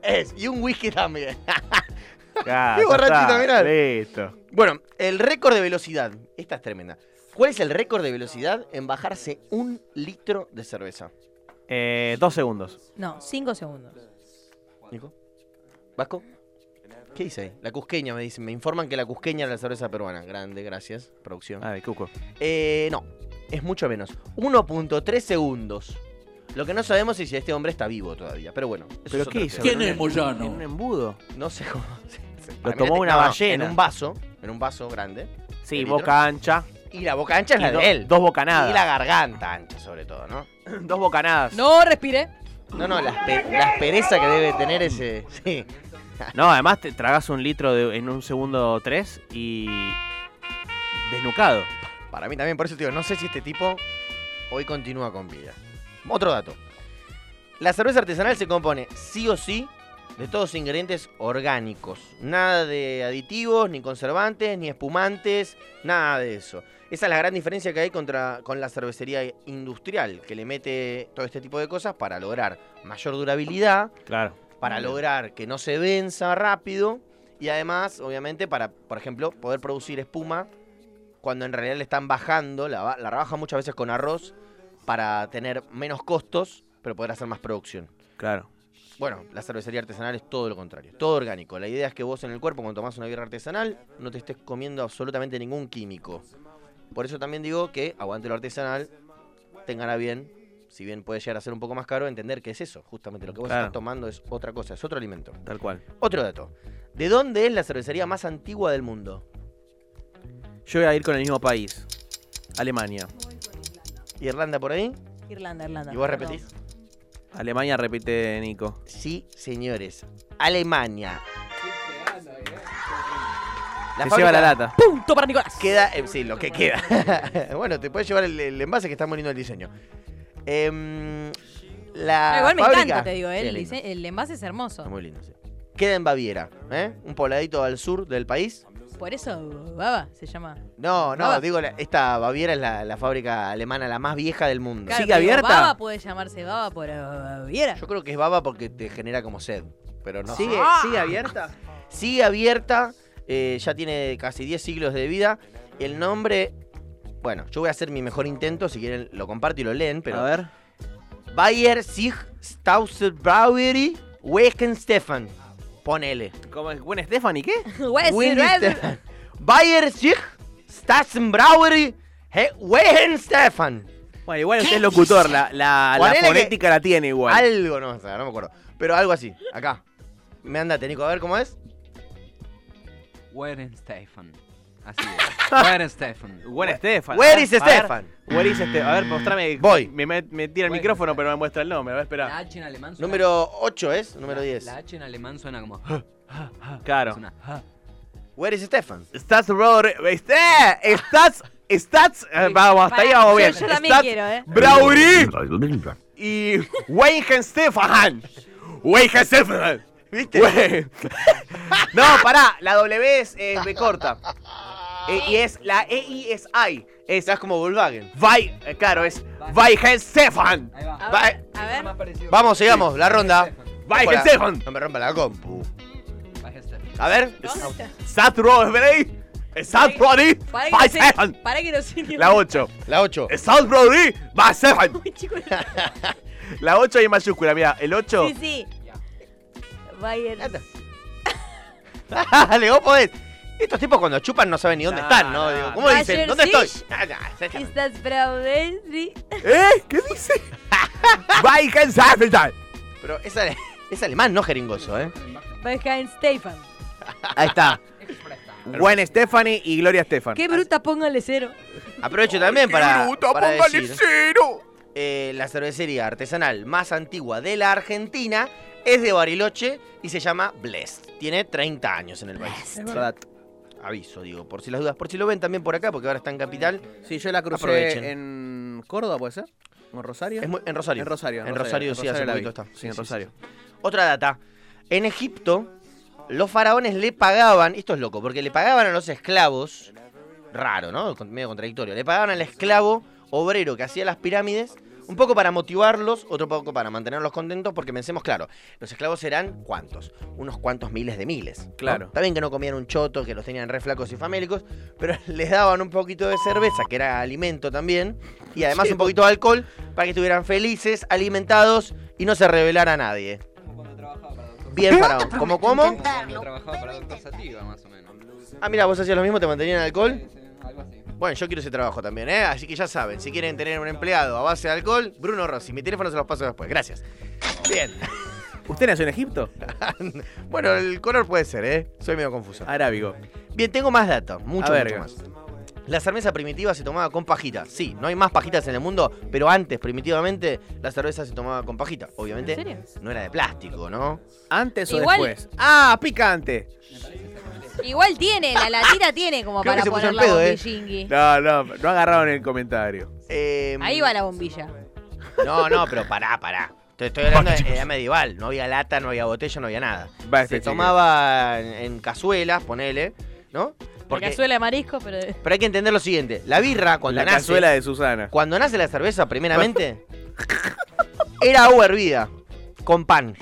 Speaker 3: Es, y un whisky también.
Speaker 4: Ya,
Speaker 3: Qué
Speaker 4: ya
Speaker 3: borrachito,
Speaker 4: está.
Speaker 3: mirá.
Speaker 4: Listo.
Speaker 3: Bueno, el récord de velocidad. Esta es tremenda. ¿Cuál es el récord de velocidad en bajarse un litro de cerveza?
Speaker 4: Eh, dos segundos.
Speaker 5: No, cinco segundos.
Speaker 3: Nico. ¿Vasco? ¿Qué dice ahí? La cusqueña, me dicen. Me informan que la cusqueña era la cerveza peruana. Grande, gracias, producción.
Speaker 4: Ah, de Cuco.
Speaker 3: Eh, no, es mucho menos. 1.3 segundos. Lo que no sabemos es si este hombre está vivo todavía. Pero bueno, eso
Speaker 4: ¿Pero
Speaker 3: es otro
Speaker 4: qué hizo?
Speaker 3: tema.
Speaker 4: ¿Quién es Moyano? ¿En un embudo?
Speaker 3: No sé cómo. *laughs* se- se-
Speaker 4: Lo
Speaker 3: para mí
Speaker 4: tomó
Speaker 3: la-
Speaker 4: una
Speaker 3: no, no,
Speaker 4: ballena.
Speaker 3: En un vaso, en un vaso grande.
Speaker 4: Sí,
Speaker 3: ¿El
Speaker 4: boca ancha.
Speaker 3: Y la boca ancha es la
Speaker 4: y
Speaker 3: de
Speaker 4: do-
Speaker 3: él.
Speaker 4: Dos
Speaker 3: y la
Speaker 4: bocanadas.
Speaker 3: garganta ancha, sobre todo, ¿no?
Speaker 4: Dos bocanadas.
Speaker 5: No respire.
Speaker 3: No, no, la, aspe- la aspereza que debe tener ese. Sí.
Speaker 4: No, además te tragas un litro de- en un segundo tres y. desnucado.
Speaker 3: Para mí también, por eso te digo, no sé si este tipo hoy continúa con vida. Otro dato. La cerveza artesanal se compone sí o sí de todos ingredientes orgánicos. Nada de aditivos, ni conservantes, ni espumantes, nada de eso. Esa es la gran diferencia que hay contra, con la cervecería industrial, que le mete todo este tipo de cosas para lograr mayor durabilidad,
Speaker 4: Claro.
Speaker 3: para lograr que no se venza rápido y además, obviamente, para, por ejemplo, poder producir espuma cuando en realidad le están bajando, la, ba- la rebajan muchas veces con arroz para tener menos costos, pero poder hacer más producción.
Speaker 4: Claro.
Speaker 3: Bueno, la cervecería artesanal es todo lo contrario, todo orgánico. La idea es que vos en el cuerpo, cuando tomás una birra artesanal, no te estés comiendo absolutamente ningún químico. Por eso también digo que aguante lo artesanal, tengan a bien si bien puede llegar a ser un poco más caro, entender que es eso, justamente lo que vos
Speaker 4: Claro.
Speaker 3: estás tomando es otra cosa, es otro alimento.
Speaker 4: Tal cual.
Speaker 3: Otro dato. ¿De dónde es la cervecería más antigua del mundo?
Speaker 4: Yo voy a ir con el mismo país. Alemania.
Speaker 3: ¿Irlanda por ahí?
Speaker 5: Irlanda, Irlanda.
Speaker 3: ¿Y vos
Speaker 5: Perdón.
Speaker 3: repetís?
Speaker 4: Alemania, repite Nico.
Speaker 3: Sí, señores. Alemania.
Speaker 4: Se lleva
Speaker 3: fábrica
Speaker 4: la lata.
Speaker 5: Punto para Nicolás.
Speaker 3: Queda, eh, sí, lo que queda. *laughs* bueno, te puedes llevar el, el envase que está bonito el diseño. Em, la
Speaker 5: No, Ah, igual me
Speaker 3: fábrica-
Speaker 5: encanta, te digo.
Speaker 3: Sí,
Speaker 5: ¿eh? El,
Speaker 3: es lindo.
Speaker 5: dise- el envase es
Speaker 3: Está
Speaker 5: hermoso.
Speaker 3: muy lindo, sí. Queda en Baviera, ¿eh? Un pobladito al sur del país.
Speaker 5: Por eso, Baba se llama.
Speaker 3: No, no,
Speaker 5: Baba.
Speaker 3: digo, la- esta Baviera es la, la fábrica alemana la más vieja del mundo.
Speaker 5: Claro,
Speaker 4: ¿Sigue
Speaker 5: te digo,
Speaker 4: abierta?
Speaker 5: Baba puede llamarse Baba por eh, Baviera.
Speaker 3: Yo creo que es baba porque te genera como sed, pero no sé.
Speaker 4: ¿Sigue,
Speaker 5: Ah.
Speaker 4: sigue abierta?
Speaker 3: Sigue abierta, eh, ya tiene casi 10 siglos de vida. El nombre, bueno, yo voy a hacer mi mejor intento, si quieren lo comparto y lo leen,
Speaker 4: a
Speaker 3: pero...
Speaker 4: ver.
Speaker 3: Bayer Sig Brauery Weken Stefan. Ponele.
Speaker 4: ¿Cómo es? ¿Buen Stephanie qué?
Speaker 5: *laughs* Güey, sí,
Speaker 3: Winnie
Speaker 5: güey.
Speaker 3: Stefan. Bayer Sig Brauery Weken Stefan.
Speaker 4: Bueno, igual usted es locutor, la, la, la
Speaker 3: Ponele que-
Speaker 4: fonética la tiene igual.
Speaker 3: Algo, no, o sea, no me acuerdo. Pero algo así, acá. Me anda Nico, a ver cómo es.
Speaker 1: Where is Stefan? Así *laughs* es. Where is Stefan?
Speaker 4: Buen Stefan.
Speaker 3: Where is
Speaker 4: A ver,
Speaker 3: Stefan?
Speaker 4: Where is Stefan? A ver, mostrame.
Speaker 3: Voy.
Speaker 4: Me, me- me tira el
Speaker 1: Bueno.
Speaker 4: micrófono, pero no me muestra el nombre. A ver,
Speaker 1: La
Speaker 4: espera.
Speaker 1: H en alemán suena-
Speaker 3: Número 8 es,
Speaker 1: la-
Speaker 3: número 10.
Speaker 1: La H en alemán suena como. *laughs*
Speaker 4: Claro.
Speaker 1: suena-
Speaker 3: Where is Stefan?
Speaker 4: Estás Road. Está, estás. Estás. eh, Vamos, hasta ahí vamos
Speaker 5: Pará,
Speaker 4: bien.
Speaker 5: yo- yo también
Speaker 4: Stats
Speaker 5: quiero, eh.
Speaker 4: Brauri y Weigen Stefan. Weigen Stefan. ¿Viste? *laughs* no, pará, la W es, es B corta. Eh, y es la EI es I. Es
Speaker 3: Estás como Volkswagen.
Speaker 4: Vai, eh, claro, es Weigen Stefan.
Speaker 1: Ahí va.
Speaker 5: A
Speaker 3: Va-
Speaker 5: ver, a ver.
Speaker 3: Vamos, sigamos, la ronda.
Speaker 4: Weigen Stefan.
Speaker 3: No me rompa la compu.
Speaker 1: Baja Stefan.
Speaker 3: A ver.
Speaker 5: ¿dónde está?
Speaker 4: Satro Every. Sat Brody.
Speaker 5: Para
Speaker 4: Vai
Speaker 5: que no
Speaker 4: Stefan.
Speaker 5: sé- para que no sé qué-
Speaker 4: La 8.
Speaker 3: La 8.
Speaker 4: Sat Brody. Vai Stefan.
Speaker 5: *laughs* Uy, chicos.
Speaker 4: La 8 hay mayúscula, mira, el 8.
Speaker 5: Sí, sí. Bayer.
Speaker 3: *laughs* Dale, vos podés. Estos tipos cuando chupan no saben ni dónde
Speaker 4: Nah,
Speaker 3: están, ¿no?
Speaker 4: nah.
Speaker 3: Digo, ¿Cómo
Speaker 5: Bayer
Speaker 3: dicen? ¿Dónde
Speaker 5: Sich.
Speaker 3: estoy? Ah, nah, se echan.
Speaker 5: ¿Estás fraude? Sí.
Speaker 4: ¿Eh? ¿Qué dice? Weigen Stefan.
Speaker 3: Pero es, ale- *laughs* es alemán, no jeringoso, ¿eh?
Speaker 5: Behind Stefan.
Speaker 4: Ahí está. Gwen Stephanie y Gloria Stefan.
Speaker 5: Qué bruta, póngale cero.
Speaker 3: Aprovecho también *laughs* para, para
Speaker 4: póngale
Speaker 3: decir,
Speaker 4: cero!
Speaker 3: eh, la cervecería artesanal más antigua de la Argentina es de Bariloche y se llama Blessed. Tiene 30 años en el país. Aviso, digo, por si las dudas, por si lo ven también por acá, porque ahora está en Capital.
Speaker 4: Sí, yo la crucé
Speaker 3: Aprovechen.
Speaker 4: en Córdoba, ¿puede ser? ¿O en Rosario?
Speaker 3: Es muy- en Rosario.
Speaker 4: En Rosario.
Speaker 3: En Rosario, sí, hace
Speaker 4: la
Speaker 3: poquito
Speaker 4: vi.
Speaker 3: está.
Speaker 4: Sí, en Rosario.
Speaker 3: Otra data. En Egipto, los faraones le pagaban, esto es loco, porque le pagaban a los esclavos, raro, ¿no? Con- Medio contradictorio, le pagaban al esclavo obrero que hacía las pirámides, un poco para motivarlos, otro poco para mantenerlos contentos, porque pensemos, claro, los esclavos eran cuántos, unos cuantos miles de miles. ¿no?
Speaker 4: Claro.
Speaker 3: Está bien que no comían un choto, que los tenían re flacos y famélicos, pero *laughs* les daban un poquito de cerveza, que era alimento también, y además
Speaker 4: Sí,
Speaker 3: un poquito de alcohol, para que estuvieran felices, alimentados y no se rebelara a nadie.
Speaker 1: Como cuando trabajaba para Doctor
Speaker 3: Bien parado. ¿Cómo, cómo?
Speaker 1: Como cuando trabajaba para Doctor Sativa, más o menos.
Speaker 3: Ah, mira, vos hacías lo mismo, te mantenían alcohol.
Speaker 1: Sí, sí, algo así.
Speaker 3: Bueno, yo quiero ese trabajo también, ¿eh? Así que ya saben, si quieren tener un empleado a base de alcohol, Bruno Rossi. Mi teléfono se los paso después, gracias. Bien. *laughs*
Speaker 4: ¿Usted nació en Egipto?
Speaker 3: Bueno, el color puede ser, ¿eh? Soy medio confuso.
Speaker 4: Arábigo.
Speaker 3: Bien, tengo más datos, mucho,
Speaker 4: A ver,
Speaker 3: mucho más. La cerveza primitiva se tomaba con pajita. Sí, no hay más pajitas en el mundo, pero antes, primitivamente, la cerveza se tomaba con pajita. Obviamente,
Speaker 5: ¿En serio?
Speaker 3: no era de plástico, ¿no?
Speaker 4: ¿Antes o
Speaker 5: Igual-
Speaker 4: después? ¡Ah, picante!
Speaker 5: Igual tiene, la latita tiene como
Speaker 3: Creo que
Speaker 5: para
Speaker 3: se puso
Speaker 5: poner
Speaker 3: en
Speaker 5: la
Speaker 3: pedo, eh.
Speaker 5: bombillingui.
Speaker 4: No, no, no agarraron el comentario.
Speaker 3: Em,
Speaker 5: Ahí va la bombilla.
Speaker 3: No, no, pero pará, pará. Te estoy hablando de edad medieval. No había lata, no había botella, no había nada.
Speaker 4: Va, este
Speaker 3: Se
Speaker 4: chico.
Speaker 3: tomaba en, en cazuelas, ponele, ¿no?
Speaker 5: Porque...
Speaker 3: Porque,
Speaker 5: Cazuela de marisco, pero.
Speaker 3: pero hay que entender lo siguiente. La birra, cuando
Speaker 4: La
Speaker 3: nace...
Speaker 4: cazuela de Susana.
Speaker 3: Cuando nace la cerveza, primeramente, era agua hervida, con pan.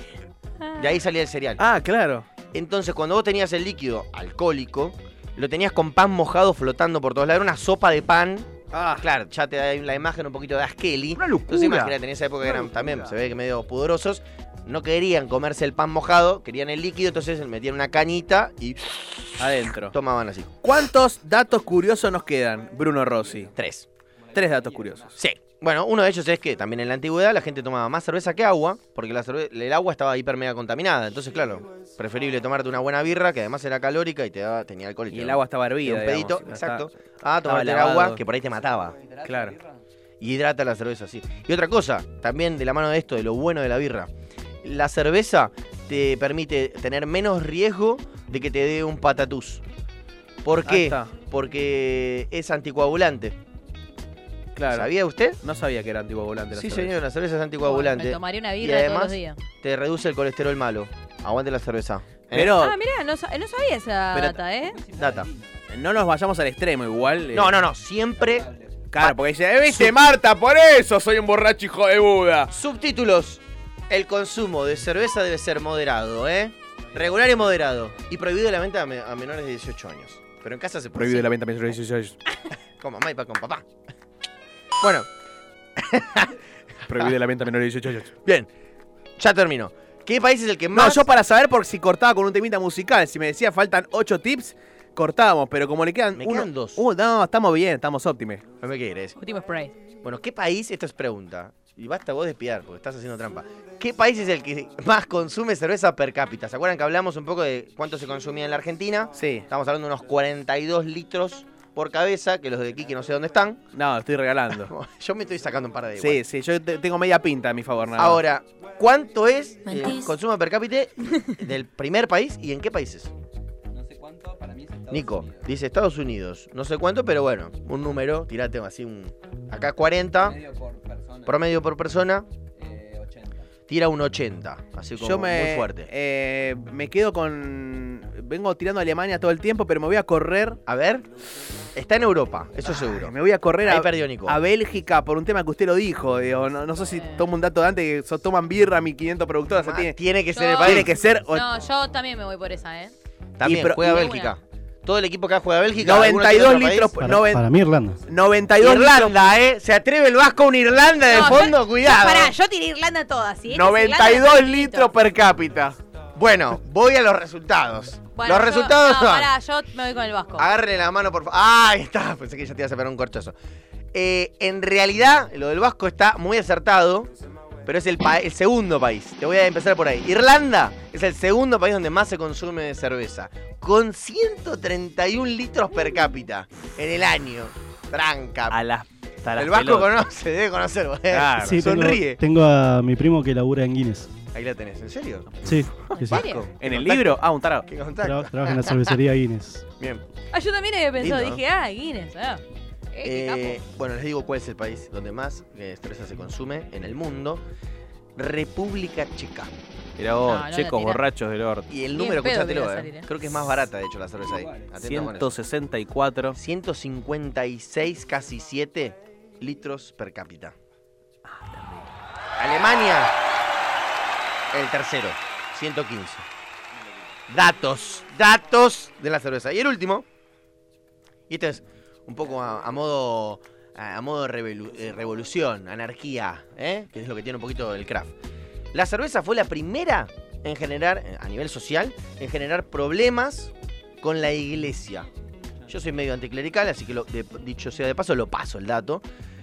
Speaker 3: De ahí salía el cereal.
Speaker 4: Ah, claro.
Speaker 3: Entonces, cuando vos tenías el líquido alcohólico, lo tenías con pan mojado flotando por todos lados. Era una sopa de pan.
Speaker 4: Ah,
Speaker 3: Claro, ya te da ahí la imagen un poquito de Askeli.
Speaker 4: Una locura.
Speaker 3: Entonces imagínate, en esa época que eran también, se ve que medio pudorosos, no querían comerse el pan mojado, querían el líquido, entonces metían una cañita y
Speaker 4: Adentro.
Speaker 3: tomaban así.
Speaker 4: ¿Cuántos datos curiosos nos quedan, Bruno Rossi?
Speaker 3: Tres.
Speaker 4: Tres datos curiosos.
Speaker 3: Sí. Bueno, uno de ellos es que también en la antigüedad la gente tomaba más cerveza que agua, porque la cerve- el agua estaba hiper mega contaminada. Entonces, claro, preferible tomarte una buena birra, que además era calórica y te daba, tenía alcohol y, te
Speaker 2: Y el
Speaker 3: daba-
Speaker 2: agua estaba
Speaker 3: te daba
Speaker 2: hervida.
Speaker 3: un
Speaker 2: digamos,
Speaker 3: pedito,
Speaker 2: no está-
Speaker 3: exacto, a tomarte el
Speaker 2: lavado.
Speaker 3: agua que por ahí te mataba.
Speaker 2: Claro.
Speaker 3: Y hidrata la cerveza, así. Y otra cosa, también de la mano de esto, de lo bueno de la birra. La cerveza te permite tener menos riesgo de que te dé un patatús. ¿Por
Speaker 2: Ahí
Speaker 3: qué?
Speaker 2: está,
Speaker 3: Porque es anticoagulante.
Speaker 2: Claro.
Speaker 3: ¿Sabía usted?
Speaker 2: No sabía que era anticoagulante. la
Speaker 3: Sí,
Speaker 2: cerveza.
Speaker 3: señor, la cerveza es
Speaker 5: Ah, Me
Speaker 3: anticoagulante.
Speaker 5: tomaría una
Speaker 3: Y
Speaker 5: birra todos
Speaker 3: además-
Speaker 5: los días.
Speaker 3: Te reduce el colesterol malo. Aguante la cerveza. ¿Eh?
Speaker 4: Pero
Speaker 5: Ah, mirá, no, sa- no sabía esa
Speaker 4: Pero-
Speaker 5: data, ¿eh?
Speaker 3: Data.
Speaker 2: No nos vayamos al extremo igual. eh,
Speaker 3: No, no, no. Siempre
Speaker 2: Claro, porque dice, "Eh, viste Marta, por eso soy un borracho hijo de Buda.
Speaker 3: Subtítulos. El consumo de cerveza debe ser moderado, ¿eh? Regular y moderado. Y prohibido la venta a, me- a menores de 18 años. Pero en casa se puede
Speaker 4: prohibido la
Speaker 3: hacer
Speaker 4: venta menores de 18 años.
Speaker 3: con mamá y pa- con papá. *laughs* Bueno,
Speaker 4: Prohibido la venta menores de 18 años.
Speaker 3: bien. Ya termino. ¿Qué país es el que
Speaker 4: No,
Speaker 3: más...?
Speaker 4: yo para saber por si cortaba con un temita musical, si me decía faltan 8 tips, cortábamos, pero como le quedan
Speaker 3: Me
Speaker 4: uno-
Speaker 3: quedan dos.
Speaker 4: Uh, no, estamos bien, estamos óptimes.
Speaker 3: No me quieres.
Speaker 5: Último spray.
Speaker 3: Bueno, ¿qué país? Esto es pregunta. Y basta vos de espiar, porque estás haciendo trampa. ¿Qué país es el que más consume cerveza per cápita? ¿Se acuerdan que hablamos un poco de cuánto se consumía en la Argentina?
Speaker 4: Sí.
Speaker 3: Estamos hablando de unos 42 litros por cabeza, que los de Quique no sé dónde están.
Speaker 4: No,
Speaker 3: *laughs*
Speaker 4: estoy regalando.
Speaker 3: Yo me estoy sacando un par de igual.
Speaker 4: sí, sí, yo te- tengo media pinta a mi favor, nada. más.
Speaker 3: Ahora, ¿cuánto es el
Speaker 6: Mentís.
Speaker 3: consumo per cápita del primer país y en qué países?
Speaker 1: No sé cuánto, para mí es Estados
Speaker 3: Nico,
Speaker 1: Unidos.
Speaker 3: dice Estados Unidos. No sé cuánto, pero bueno, un número, tirate así un. Acá 40,
Speaker 1: Promedio por persona.
Speaker 3: promedio por persona,
Speaker 1: eh, 80.
Speaker 3: tira un 80. Así como
Speaker 4: yo me,
Speaker 3: muy fuerte.
Speaker 4: eh, me quedo con. Vengo tirando a Alemania todo el tiempo, pero me voy a correr.
Speaker 3: A ver, está en Europa, eso seguro.
Speaker 4: Me voy a correr
Speaker 3: Ahí
Speaker 4: a,
Speaker 3: perdió Nico.
Speaker 4: a Bélgica por un tema que usted lo dijo. digo, no, no sé si
Speaker 5: Eh.
Speaker 4: tomo un dato de antes que so- toman birra 1500 productoras. o sea,
Speaker 3: Ah,
Speaker 4: tiene,
Speaker 3: tiene que ser el
Speaker 5: No.
Speaker 3: país.
Speaker 4: tiene que ser. o-
Speaker 5: No, yo también me voy por esa, ¿eh?
Speaker 3: También
Speaker 4: y pro-
Speaker 3: juega
Speaker 5: y de
Speaker 3: Bélgica. Todo el equipo acá juega Bélgica. ¿alguno tiene
Speaker 4: 92
Speaker 3: otro
Speaker 4: litros.
Speaker 3: país?
Speaker 7: Para,
Speaker 4: noven-
Speaker 7: para mí, Irlanda.
Speaker 4: 92 litros.
Speaker 3: Irlanda, ¿eh? Se atreve el Vasco a una Irlanda Eh, de
Speaker 5: No,
Speaker 3: fondo,
Speaker 5: yo-
Speaker 3: cuidado.
Speaker 5: Pará, yo tiré Irlanda todas, ¿sí? Esta es Irlanda,
Speaker 4: 92
Speaker 5: la
Speaker 4: litros per cápita.
Speaker 3: Bueno, voy a los resultados.
Speaker 5: Bueno,
Speaker 3: los
Speaker 5: yo-
Speaker 3: resultados
Speaker 5: no,
Speaker 3: son.
Speaker 5: pará, yo me voy con el Vasco.
Speaker 3: Agárrenle la mano, por favor. Ah, ahí está. *laughs* Pensé que ya te ibas a pegar un corchazo. Eh, en realidad, lo del Vasco está muy acertado, pero es el, pa- el segundo país. Te voy a empezar por ahí. Irlanda es el segundo país donde más se consume de cerveza, con 131 litros per cápita en el año. Tranca.
Speaker 4: A las. hasta las
Speaker 3: El Vasco
Speaker 4: pelotas.
Speaker 3: conoce, debe conocer. boludo. *laughs*
Speaker 4: Claro.
Speaker 7: Sí, tengo-
Speaker 3: Sonríe.
Speaker 7: Tengo, a mi primo que labura en Guinness.
Speaker 3: Ahí la tenés, ¿en serio?
Speaker 7: Sí, que sí.
Speaker 5: ¿En serio?
Speaker 4: ¿En el libro? Ah, un tarado.
Speaker 3: ¿Qué contacto?
Speaker 7: Tra- trabaja en la cervecería Guinness.
Speaker 3: Bien.
Speaker 5: Ah, yo también había pensado,
Speaker 3: Lindo,
Speaker 5: dije, ah, Guinness, ah. Eh, qué
Speaker 3: Eh,
Speaker 5: capo.
Speaker 3: bueno, les digo cuál es el país donde más eh, cerveza se consume en el mundo. República Checa.
Speaker 4: Mirá
Speaker 5: No,
Speaker 4: vos,
Speaker 5: no la
Speaker 4: checos
Speaker 5: tirá.
Speaker 4: borrachos del orto.
Speaker 3: Y el
Speaker 5: Ni
Speaker 3: número,
Speaker 5: en pedo
Speaker 3: escuchátelo,
Speaker 5: quería
Speaker 3: eh.
Speaker 5: salir, eh.
Speaker 3: Creo que es más barata, de hecho, la cerveza ahí. Atento con eso.
Speaker 4: 164.
Speaker 3: 156, casi 7 litros per cápita. Alemania, el tercero, 115. Datos, datos de la cerveza. Y el último, y este es un poco a, a modo a, a modo revelu- eh, revolución, anarquía, ¿eh? que es lo que tiene un poquito el craft. La cerveza fue la primera en generar, eh, a nivel social, en generar problemas con la iglesia. Yo soy medio anticlerical, así que lo- de- dicho sea de paso, lo paso el dato.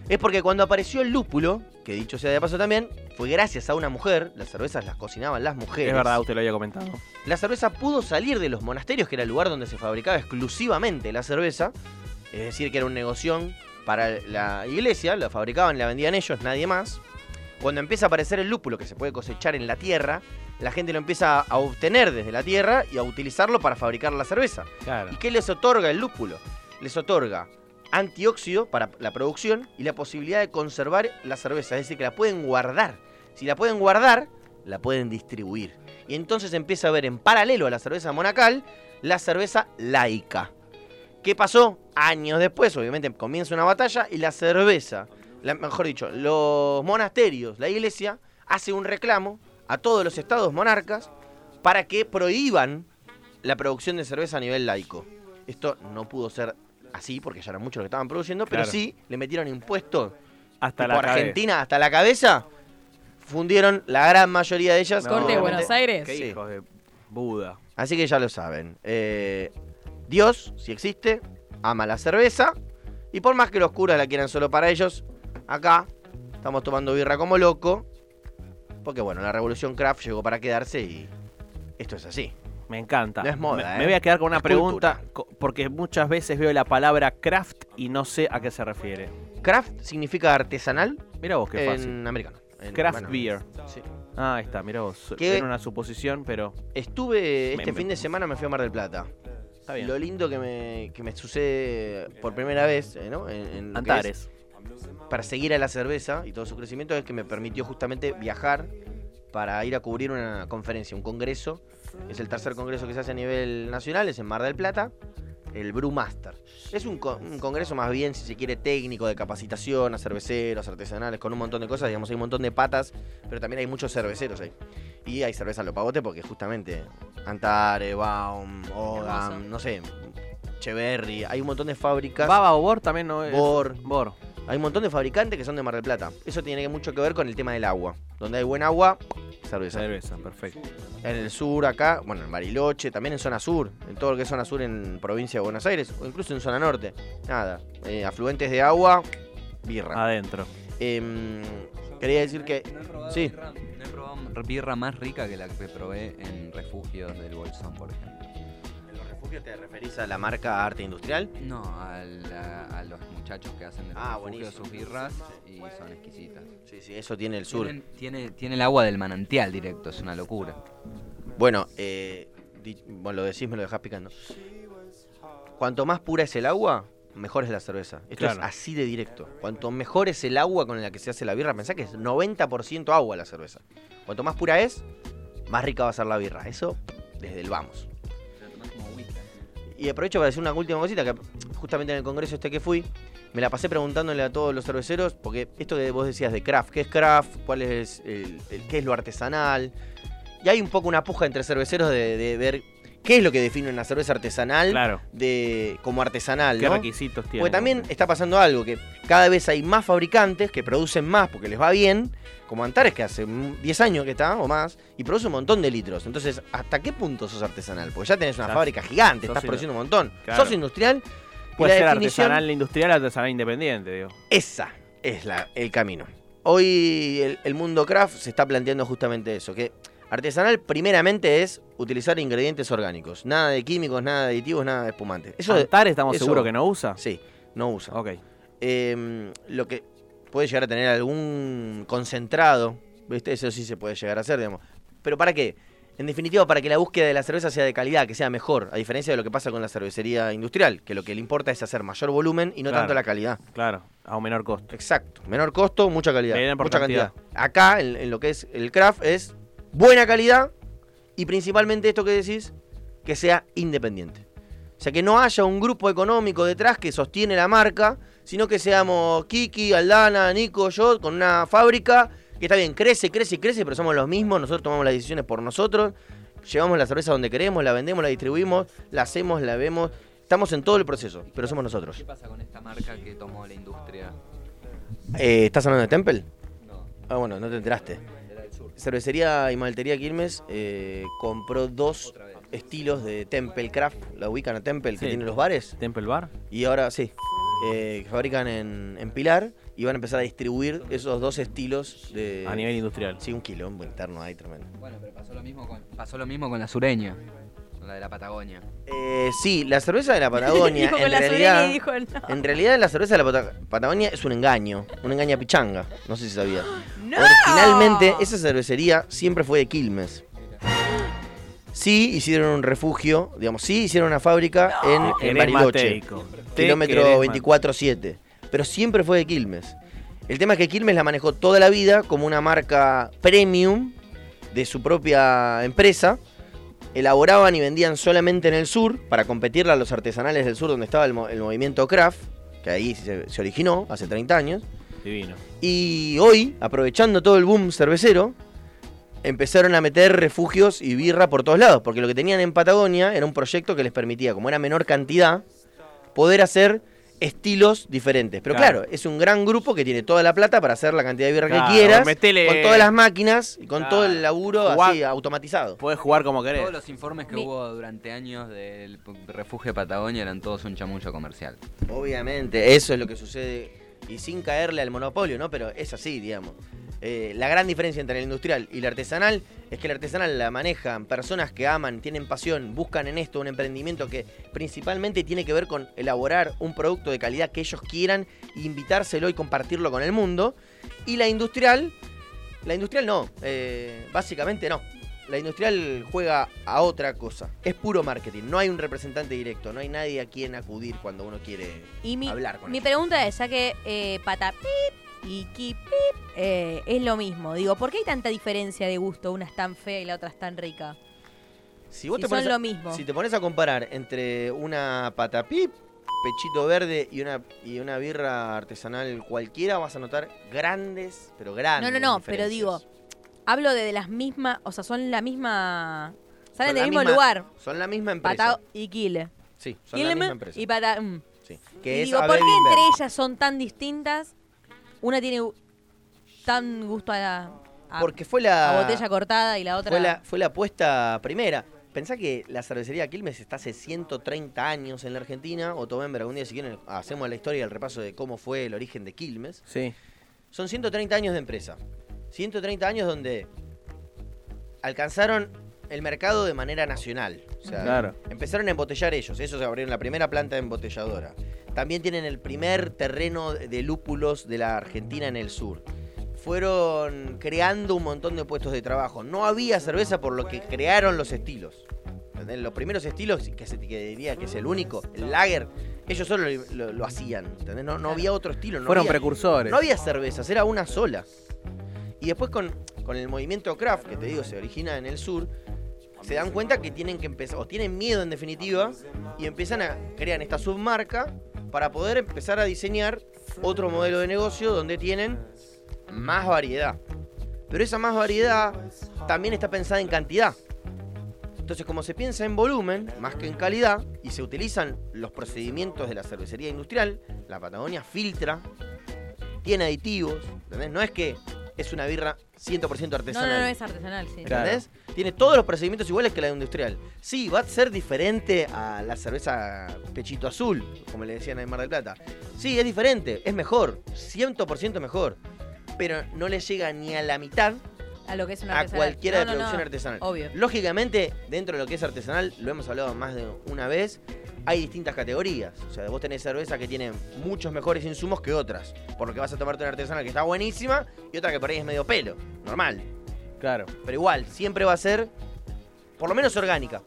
Speaker 3: Es porque cuando apareció el lúpulo, que dicho sea de paso también, fue gracias a una mujer, las cervezas las cocinaban las mujeres.
Speaker 4: Es verdad, usted lo había comentado.
Speaker 3: La cerveza pudo salir de los monasterios, que era el lugar donde se fabricaba exclusivamente la cerveza. Es decir, que era un negoción para la iglesia, la fabricaban, la vendían ellos, nadie más. Cuando empieza a aparecer el lúpulo que se puede cosechar en la tierra, la gente lo empieza a obtener desde la tierra y a utilizarlo para fabricar la cerveza.
Speaker 4: Claro.
Speaker 3: ¿Y qué les otorga el lúpulo? Les otorga antióxido para la producción y la posibilidad de conservar la cerveza, es decir, que la pueden guardar. Si la pueden guardar, la pueden distribuir. Y entonces empieza a ver en paralelo a la cerveza monacal la cerveza laica. ¿Qué pasó? Años después, obviamente, comienza una batalla y la cerveza, la- mejor dicho, los monasterios, la iglesia, hace un reclamo a todos los estados monarcas para que prohíban la producción de cerveza a nivel laico. Esto no pudo ser así porque ya eran muchos los que estaban produciendo, pero
Speaker 4: Claro.
Speaker 3: sí le metieron impuestos
Speaker 4: Hasta
Speaker 3: tipo
Speaker 4: la cabeza.
Speaker 3: Argentina hasta la cabeza. Fundieron la gran mayoría de ellas.
Speaker 4: No.
Speaker 5: Corte de
Speaker 3: obviamente.
Speaker 5: Buenos Aires.
Speaker 4: Qué
Speaker 3: Sí.
Speaker 4: hijos de Buda.
Speaker 3: Así que ya lo saben. Eh, Dios, si existe, ama la cerveza. Y por más que los curas la quieran solo para ellos, acá Estamos tomando birra como loco. Porque bueno, la revolución craft llegó para quedarse y esto es así.
Speaker 4: Me encanta.
Speaker 3: No es moda,
Speaker 4: me,
Speaker 3: ¿eh?
Speaker 4: me voy a quedar con una
Speaker 3: Es
Speaker 4: pregunta, co- porque muchas veces veo la palabra craft y no sé a qué se refiere.
Speaker 3: Craft significa artesanal
Speaker 4: Mira vos qué fácil.
Speaker 3: en americano. En-
Speaker 4: Craft
Speaker 3: bueno,
Speaker 4: beer.
Speaker 3: sí.
Speaker 4: Ah, ahí está, mira vos.
Speaker 3: ¿Qué?
Speaker 4: Era una suposición, pero
Speaker 3: Estuve este
Speaker 4: Me-
Speaker 3: fin de semana me fui a Mar del Plata.
Speaker 4: está bien.
Speaker 3: Lo lindo que me, que me sucede por primera vez, eh, ¿no? En, en lo que es
Speaker 4: Antares.
Speaker 3: perseguir a la cerveza y todo su crecimiento es que me permitió justamente viajar para ir a cubrir una conferencia, un congreso. Es el tercer congreso que se hace a nivel nacional, es en Mar del Plata, el Brewmaster. Es un, co- un congreso más bien, si se quiere, técnico, de capacitación a cerveceros, artesanales, con un montón de cosas. Digamos, hay un montón de patas, pero también hay muchos cerveceros ahí. Y hay cerveza a lo pavote porque justamente Antare, Baum,
Speaker 5: Hermoso.
Speaker 3: Odam, no sé, Cheverry, hay un montón de fábricas.
Speaker 4: Baba o Bor también no es.
Speaker 3: Bor.
Speaker 4: Bor.
Speaker 3: Hay un montón de fabricantes que son de Mar del Plata. Eso tiene mucho que ver con el tema del agua. Donde hay buen agua, cerveza.
Speaker 4: Cerveza, perfecto.
Speaker 3: En el sur, acá, bueno, en Bariloche, también en zona sur, en todo lo que es zona sur en provincia de Buenos Aires, o incluso en zona norte. Nada, eh, afluentes de agua, birra.
Speaker 4: Adentro.
Speaker 3: Em, quería decir que
Speaker 1: No he probado
Speaker 3: Sí.
Speaker 1: birra- no he probado birra más rica que la que probé en refugios del Bolsón, por ejemplo.
Speaker 3: en los refugios te referís a la marca Arte Industrial.
Speaker 1: No, a, la- a los muchachos que hacen del
Speaker 3: Ah,
Speaker 1: refugio
Speaker 3: buenísimo.
Speaker 1: sus birras y son exquisitas.
Speaker 3: Sí, sí, eso tiene el sur.
Speaker 1: Tienen- tiene, tiene el agua del manantial directo, es una locura.
Speaker 3: Bueno, eh, di- bueno, lo decís, me lo dejás picando. Cuanto más pura es el agua, mejor es la cerveza. Esto
Speaker 4: Claro.
Speaker 3: es así de directo. Cuanto mejor es el agua con la que se hace la birra, pensá que es 90% agua la cerveza. Cuanto más pura es, más rica va a ser la birra. Eso desde el vamos. Y aprovecho para decir una última cosita que justamente en el congreso este que fui, me la pasé preguntándole a todos los cerveceros, porque esto que vos decías de craft, ¿qué es craft? ¿Cuál es el, el- qué es lo artesanal? Y hay un poco una puja entre cerveceros de, de ver qué es lo que define una cerveza artesanal
Speaker 4: Claro.
Speaker 3: de como artesanal,
Speaker 4: ¿Qué
Speaker 3: ¿no?
Speaker 4: requisitos tiene?
Speaker 3: Porque también está pasando algo, que cada vez hay más fabricantes que producen más porque les va bien, como Antares que hace mm, 10 años que está o más, y produce un montón de litros. Entonces, ¿hasta qué punto sos artesanal? Porque ya tenés una
Speaker 4: Estás-
Speaker 3: fábrica gigante,
Speaker 4: sos
Speaker 3: estás
Speaker 4: in-
Speaker 3: produciendo un montón.
Speaker 4: Claro.
Speaker 3: Sos industrial, y
Speaker 4: Puede
Speaker 3: la
Speaker 4: ser
Speaker 3: definición-
Speaker 4: artesanal industrial, artesanal independiente, digo.
Speaker 3: esa es la, el camino. Hoy el, el mundo craft se está planteando justamente eso, que artesanal primeramente es utilizar ingredientes orgánicos, nada de químicos, nada de aditivos, nada de espumantes. Eso
Speaker 4: Antares estamos
Speaker 3: eso-
Speaker 4: seguros que no usa.
Speaker 3: sí, no usa.
Speaker 4: Ok.
Speaker 3: Em, lo que puede llegar a tener algún concentrado, ¿viste? Eso sí se puede llegar a hacer, digamos. Pero ¿para qué? En definitiva, para que la búsqueda de la cerveza sea de calidad, que sea mejor, a diferencia de lo que pasa con la cervecería industrial, que lo que le importa es hacer mayor volumen y no
Speaker 4: Claro.
Speaker 3: tanto la calidad.
Speaker 4: Claro, a un menor costo.
Speaker 3: Exacto. Menor costo, mucha calidad.
Speaker 4: Le dieron por
Speaker 3: Mucha
Speaker 4: cantidad.
Speaker 3: cantidad. Acá, en, en lo que es el craft, es buena calidad y principalmente esto que decís, que sea independiente. O sea, que no haya un grupo económico detrás que sostiene la marca, sino que seamos Kiki, Aldana, Nico, yo, con una fábrica que está bien, crece, crece, crece, pero somos los mismos, nosotros tomamos las decisiones por nosotros, llevamos la cerveza donde queremos, la vendemos, la distribuimos, la hacemos, la vemos, estamos en todo el proceso, pero somos nosotros.
Speaker 1: ¿Qué pasa con esta marca que tomó la industria?
Speaker 3: Eh, ¿Estás hablando de Temple?
Speaker 1: No,
Speaker 3: Ah, bueno, no te enteraste.
Speaker 1: era del sur.
Speaker 3: Cervecería y Maltería Quilmes eh, compró dos
Speaker 1: Otra vez.
Speaker 3: estilos de Temple Craft. La ubican a Temple,
Speaker 4: Sí.
Speaker 3: que tiene los bares.
Speaker 4: Temple Bar.
Speaker 3: Y ahora sí, eh, que fabrican en, en Pilar y van a empezar a distribuir esos dos estilos de.
Speaker 4: A nivel industrial.
Speaker 3: Sí, un quilombo interno ahí tremendo.
Speaker 1: Bueno, pero pasó lo mismo con, pasó lo mismo con la sureña, con la de la Patagonia.
Speaker 3: Eh, sí, la cerveza de la Patagonia.
Speaker 5: dijo
Speaker 3: en
Speaker 5: con la
Speaker 3: realidad,
Speaker 5: Sureni y dijo no.
Speaker 3: En realidad, la cerveza de la Pata- Patagonia es un engaño. Un engaña pichanga. No sé si sabías.
Speaker 5: ¡No!
Speaker 3: Originalmente, esa cervecería siempre fue de Quilmes. Sí, hicieron un refugio, digamos, sí hicieron una fábrica en, en
Speaker 4: Querés
Speaker 3: Bariloche,
Speaker 4: Mateico. Te querés
Speaker 3: kilómetro 24-7, pero siempre fue de Quilmes. El tema es que Quilmes la manejó toda la vida como una marca premium de su propia empresa. Elaboraban y vendían solamente en el sur para competirla a los artesanales del sur donde estaba el, mo- el movimiento craft, que ahí se- se originó hace 30 años.
Speaker 4: Mat- Divino.
Speaker 3: Y hoy, aprovechando todo el boom cervecero, empezaron a meter refugios y birra por todos lados, porque lo que tenían en Patagonia era un proyecto que les permitía, como era menor cantidad, poder hacer estilos diferentes. Pero
Speaker 4: Claro.
Speaker 3: claro, es un gran grupo que tiene toda la plata para hacer la cantidad de birra
Speaker 4: Claro,
Speaker 3: que quieras,
Speaker 4: metele-
Speaker 3: con todas las máquinas y con
Speaker 4: Claro.
Speaker 3: todo el laburo
Speaker 4: Jugá-
Speaker 3: así automatizado.
Speaker 4: Puedes jugar como querés.
Speaker 1: Todos los informes que
Speaker 5: Mi-
Speaker 1: hubo durante años del p- refugio de Patagonia eran todos un chamullo comercial.
Speaker 3: Obviamente, eso es lo que sucede. Y y sin caerle al monopolio, ¿no? Pero es así, digamos. Eh, la gran diferencia entre el industrial y el artesanal es que el artesanal la manejan personas que aman, tienen pasión, buscan en esto un emprendimiento que principalmente tiene que ver con elaborar un producto de calidad que ellos quieran, invitárselo y compartirlo con el mundo. Y la industrial, la industrial no, eh, básicamente no. La industrial juega a otra cosa. Es puro marketing. No hay un representante directo. No hay nadie a quien acudir cuando uno quiere
Speaker 5: Y mi,
Speaker 3: hablar con
Speaker 5: mi
Speaker 3: ellos.
Speaker 5: pregunta es, ya que eh, pata pip y ki pip eh, es lo mismo. Digo, ¿por qué hay tanta diferencia de gusto? Una es tan fea y la otra es tan rica.
Speaker 3: Si vos
Speaker 5: si
Speaker 3: te pones
Speaker 5: son
Speaker 3: a-
Speaker 5: lo mismo.
Speaker 3: Si te pones a comparar entre una patapip, pechito verde y una, y una birra artesanal cualquiera, vas a notar grandes, pero
Speaker 5: no,
Speaker 3: grandes.
Speaker 5: no, no, pero
Speaker 3: diferencias.
Speaker 5: digo, hablo de, de las mismas, o sea, son la misma, salen
Speaker 3: Son
Speaker 5: del
Speaker 3: la
Speaker 5: mismo
Speaker 3: misma
Speaker 5: lugar.
Speaker 3: Son la misma empresa.
Speaker 5: Pata y Kile.
Speaker 3: Sí, son la misma
Speaker 5: Kilme
Speaker 3: empresa.
Speaker 5: y Pata... mm.
Speaker 3: sí,
Speaker 5: Y
Speaker 3: que es
Speaker 5: digo,
Speaker 3: a
Speaker 5: ¿por qué
Speaker 3: Baby
Speaker 5: entre
Speaker 3: Bear.
Speaker 5: ellas son tan distintas? Una tiene gu- tan gusto a, la- a-
Speaker 3: Porque fue
Speaker 5: Ah, a
Speaker 3: la,
Speaker 5: botella cortada y la otra...
Speaker 3: fue, la, fue la apuesta primera. Pensá que la cervecería Quilmes está hace 130 años en la Argentina. O tomen algún día, si quieren, hacemos la historia y el repaso de cómo fue el origen de Quilmes.
Speaker 4: Sí.
Speaker 3: Son 130 años de empresa. 130 años donde alcanzaron el mercado de manera nacional. O sea,
Speaker 4: Claro.
Speaker 3: Empezaron a embotellar ellos. Ellos abrieron la primera planta embotelladora. También tienen el primer terreno de lúpulos de la Argentina en el sur. Fueron creando un montón de puestos de trabajo. No había cerveza por lo que crearon los estilos. ¿Entendés? Los primeros estilos, que, se, que diría que es el único, el lager, ellos solo lo, lo- lo hacían. ¿entendés? No, no había otro estilo. No
Speaker 4: Fueron
Speaker 3: había-
Speaker 4: precursores.
Speaker 3: no había cervezas, era una sola. Y después con, con el movimiento craft, que te digo, se origina en el sur, se dan cuenta que tienen que empezar, o tienen miedo en definitiva, y empiezan a crear esta submarca para poder empezar a diseñar otro modelo de negocio donde tienen más variedad. Pero esa más variedad también está pensada en cantidad. Entonces, como se piensa en volumen más que en calidad y se utilizan los procedimientos de la cervecería industrial, la Patagonia filtra, tiene aditivos, ¿entendés? No es que es una birra 100%
Speaker 5: No, no,
Speaker 3: artesanal.
Speaker 5: no, es artesanal, sí.
Speaker 4: Claro.
Speaker 3: ¿Entendés? Tiene todos los procedimientos iguales que la industrial. Sí, va a ser diferente a la cerveza pechito azul, como le decían en Mar del Plata. Sí, es diferente, es mejor, 100% mejor. Pero no le llega ni a la mitad
Speaker 5: A lo que es una
Speaker 3: a
Speaker 5: artesanal.
Speaker 3: cualquiera de
Speaker 5: No, no,
Speaker 3: producción
Speaker 5: no,
Speaker 3: artesanal.
Speaker 5: Obvio.
Speaker 3: Lógicamente, dentro de lo que es artesanal, lo hemos hablado más de una vez, hay distintas categorías. O sea, vos tenés cerveza que tiene muchos mejores insumos que otras. Por lo que vas a tomarte una artesanal que está buenísima y otra que por ahí es medio pelo. Normal.
Speaker 4: Claro.
Speaker 3: Pero igual, siempre va a ser, por lo menos orgánica.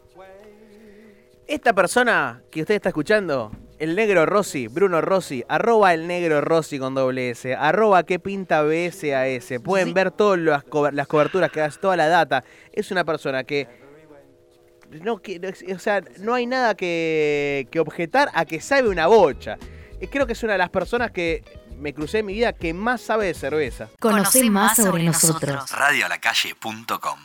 Speaker 4: Esta persona que usted está escuchando, el negro Rossi, Bruno Rossi, arroba el negro Rossi con doble S, arroba que pinta BSAS. Pueden ver todas las, co- las coberturas que hace, toda la data. Es una persona que. No, que- no es- o sea, no hay nada que, que objetar a que sabe una bocha. Eh, Creo que es una de las personas que me crucé en mi vida que más sabe de cerveza.
Speaker 6: Conoce más sobre nosotros.
Speaker 8: Radioalacalle.com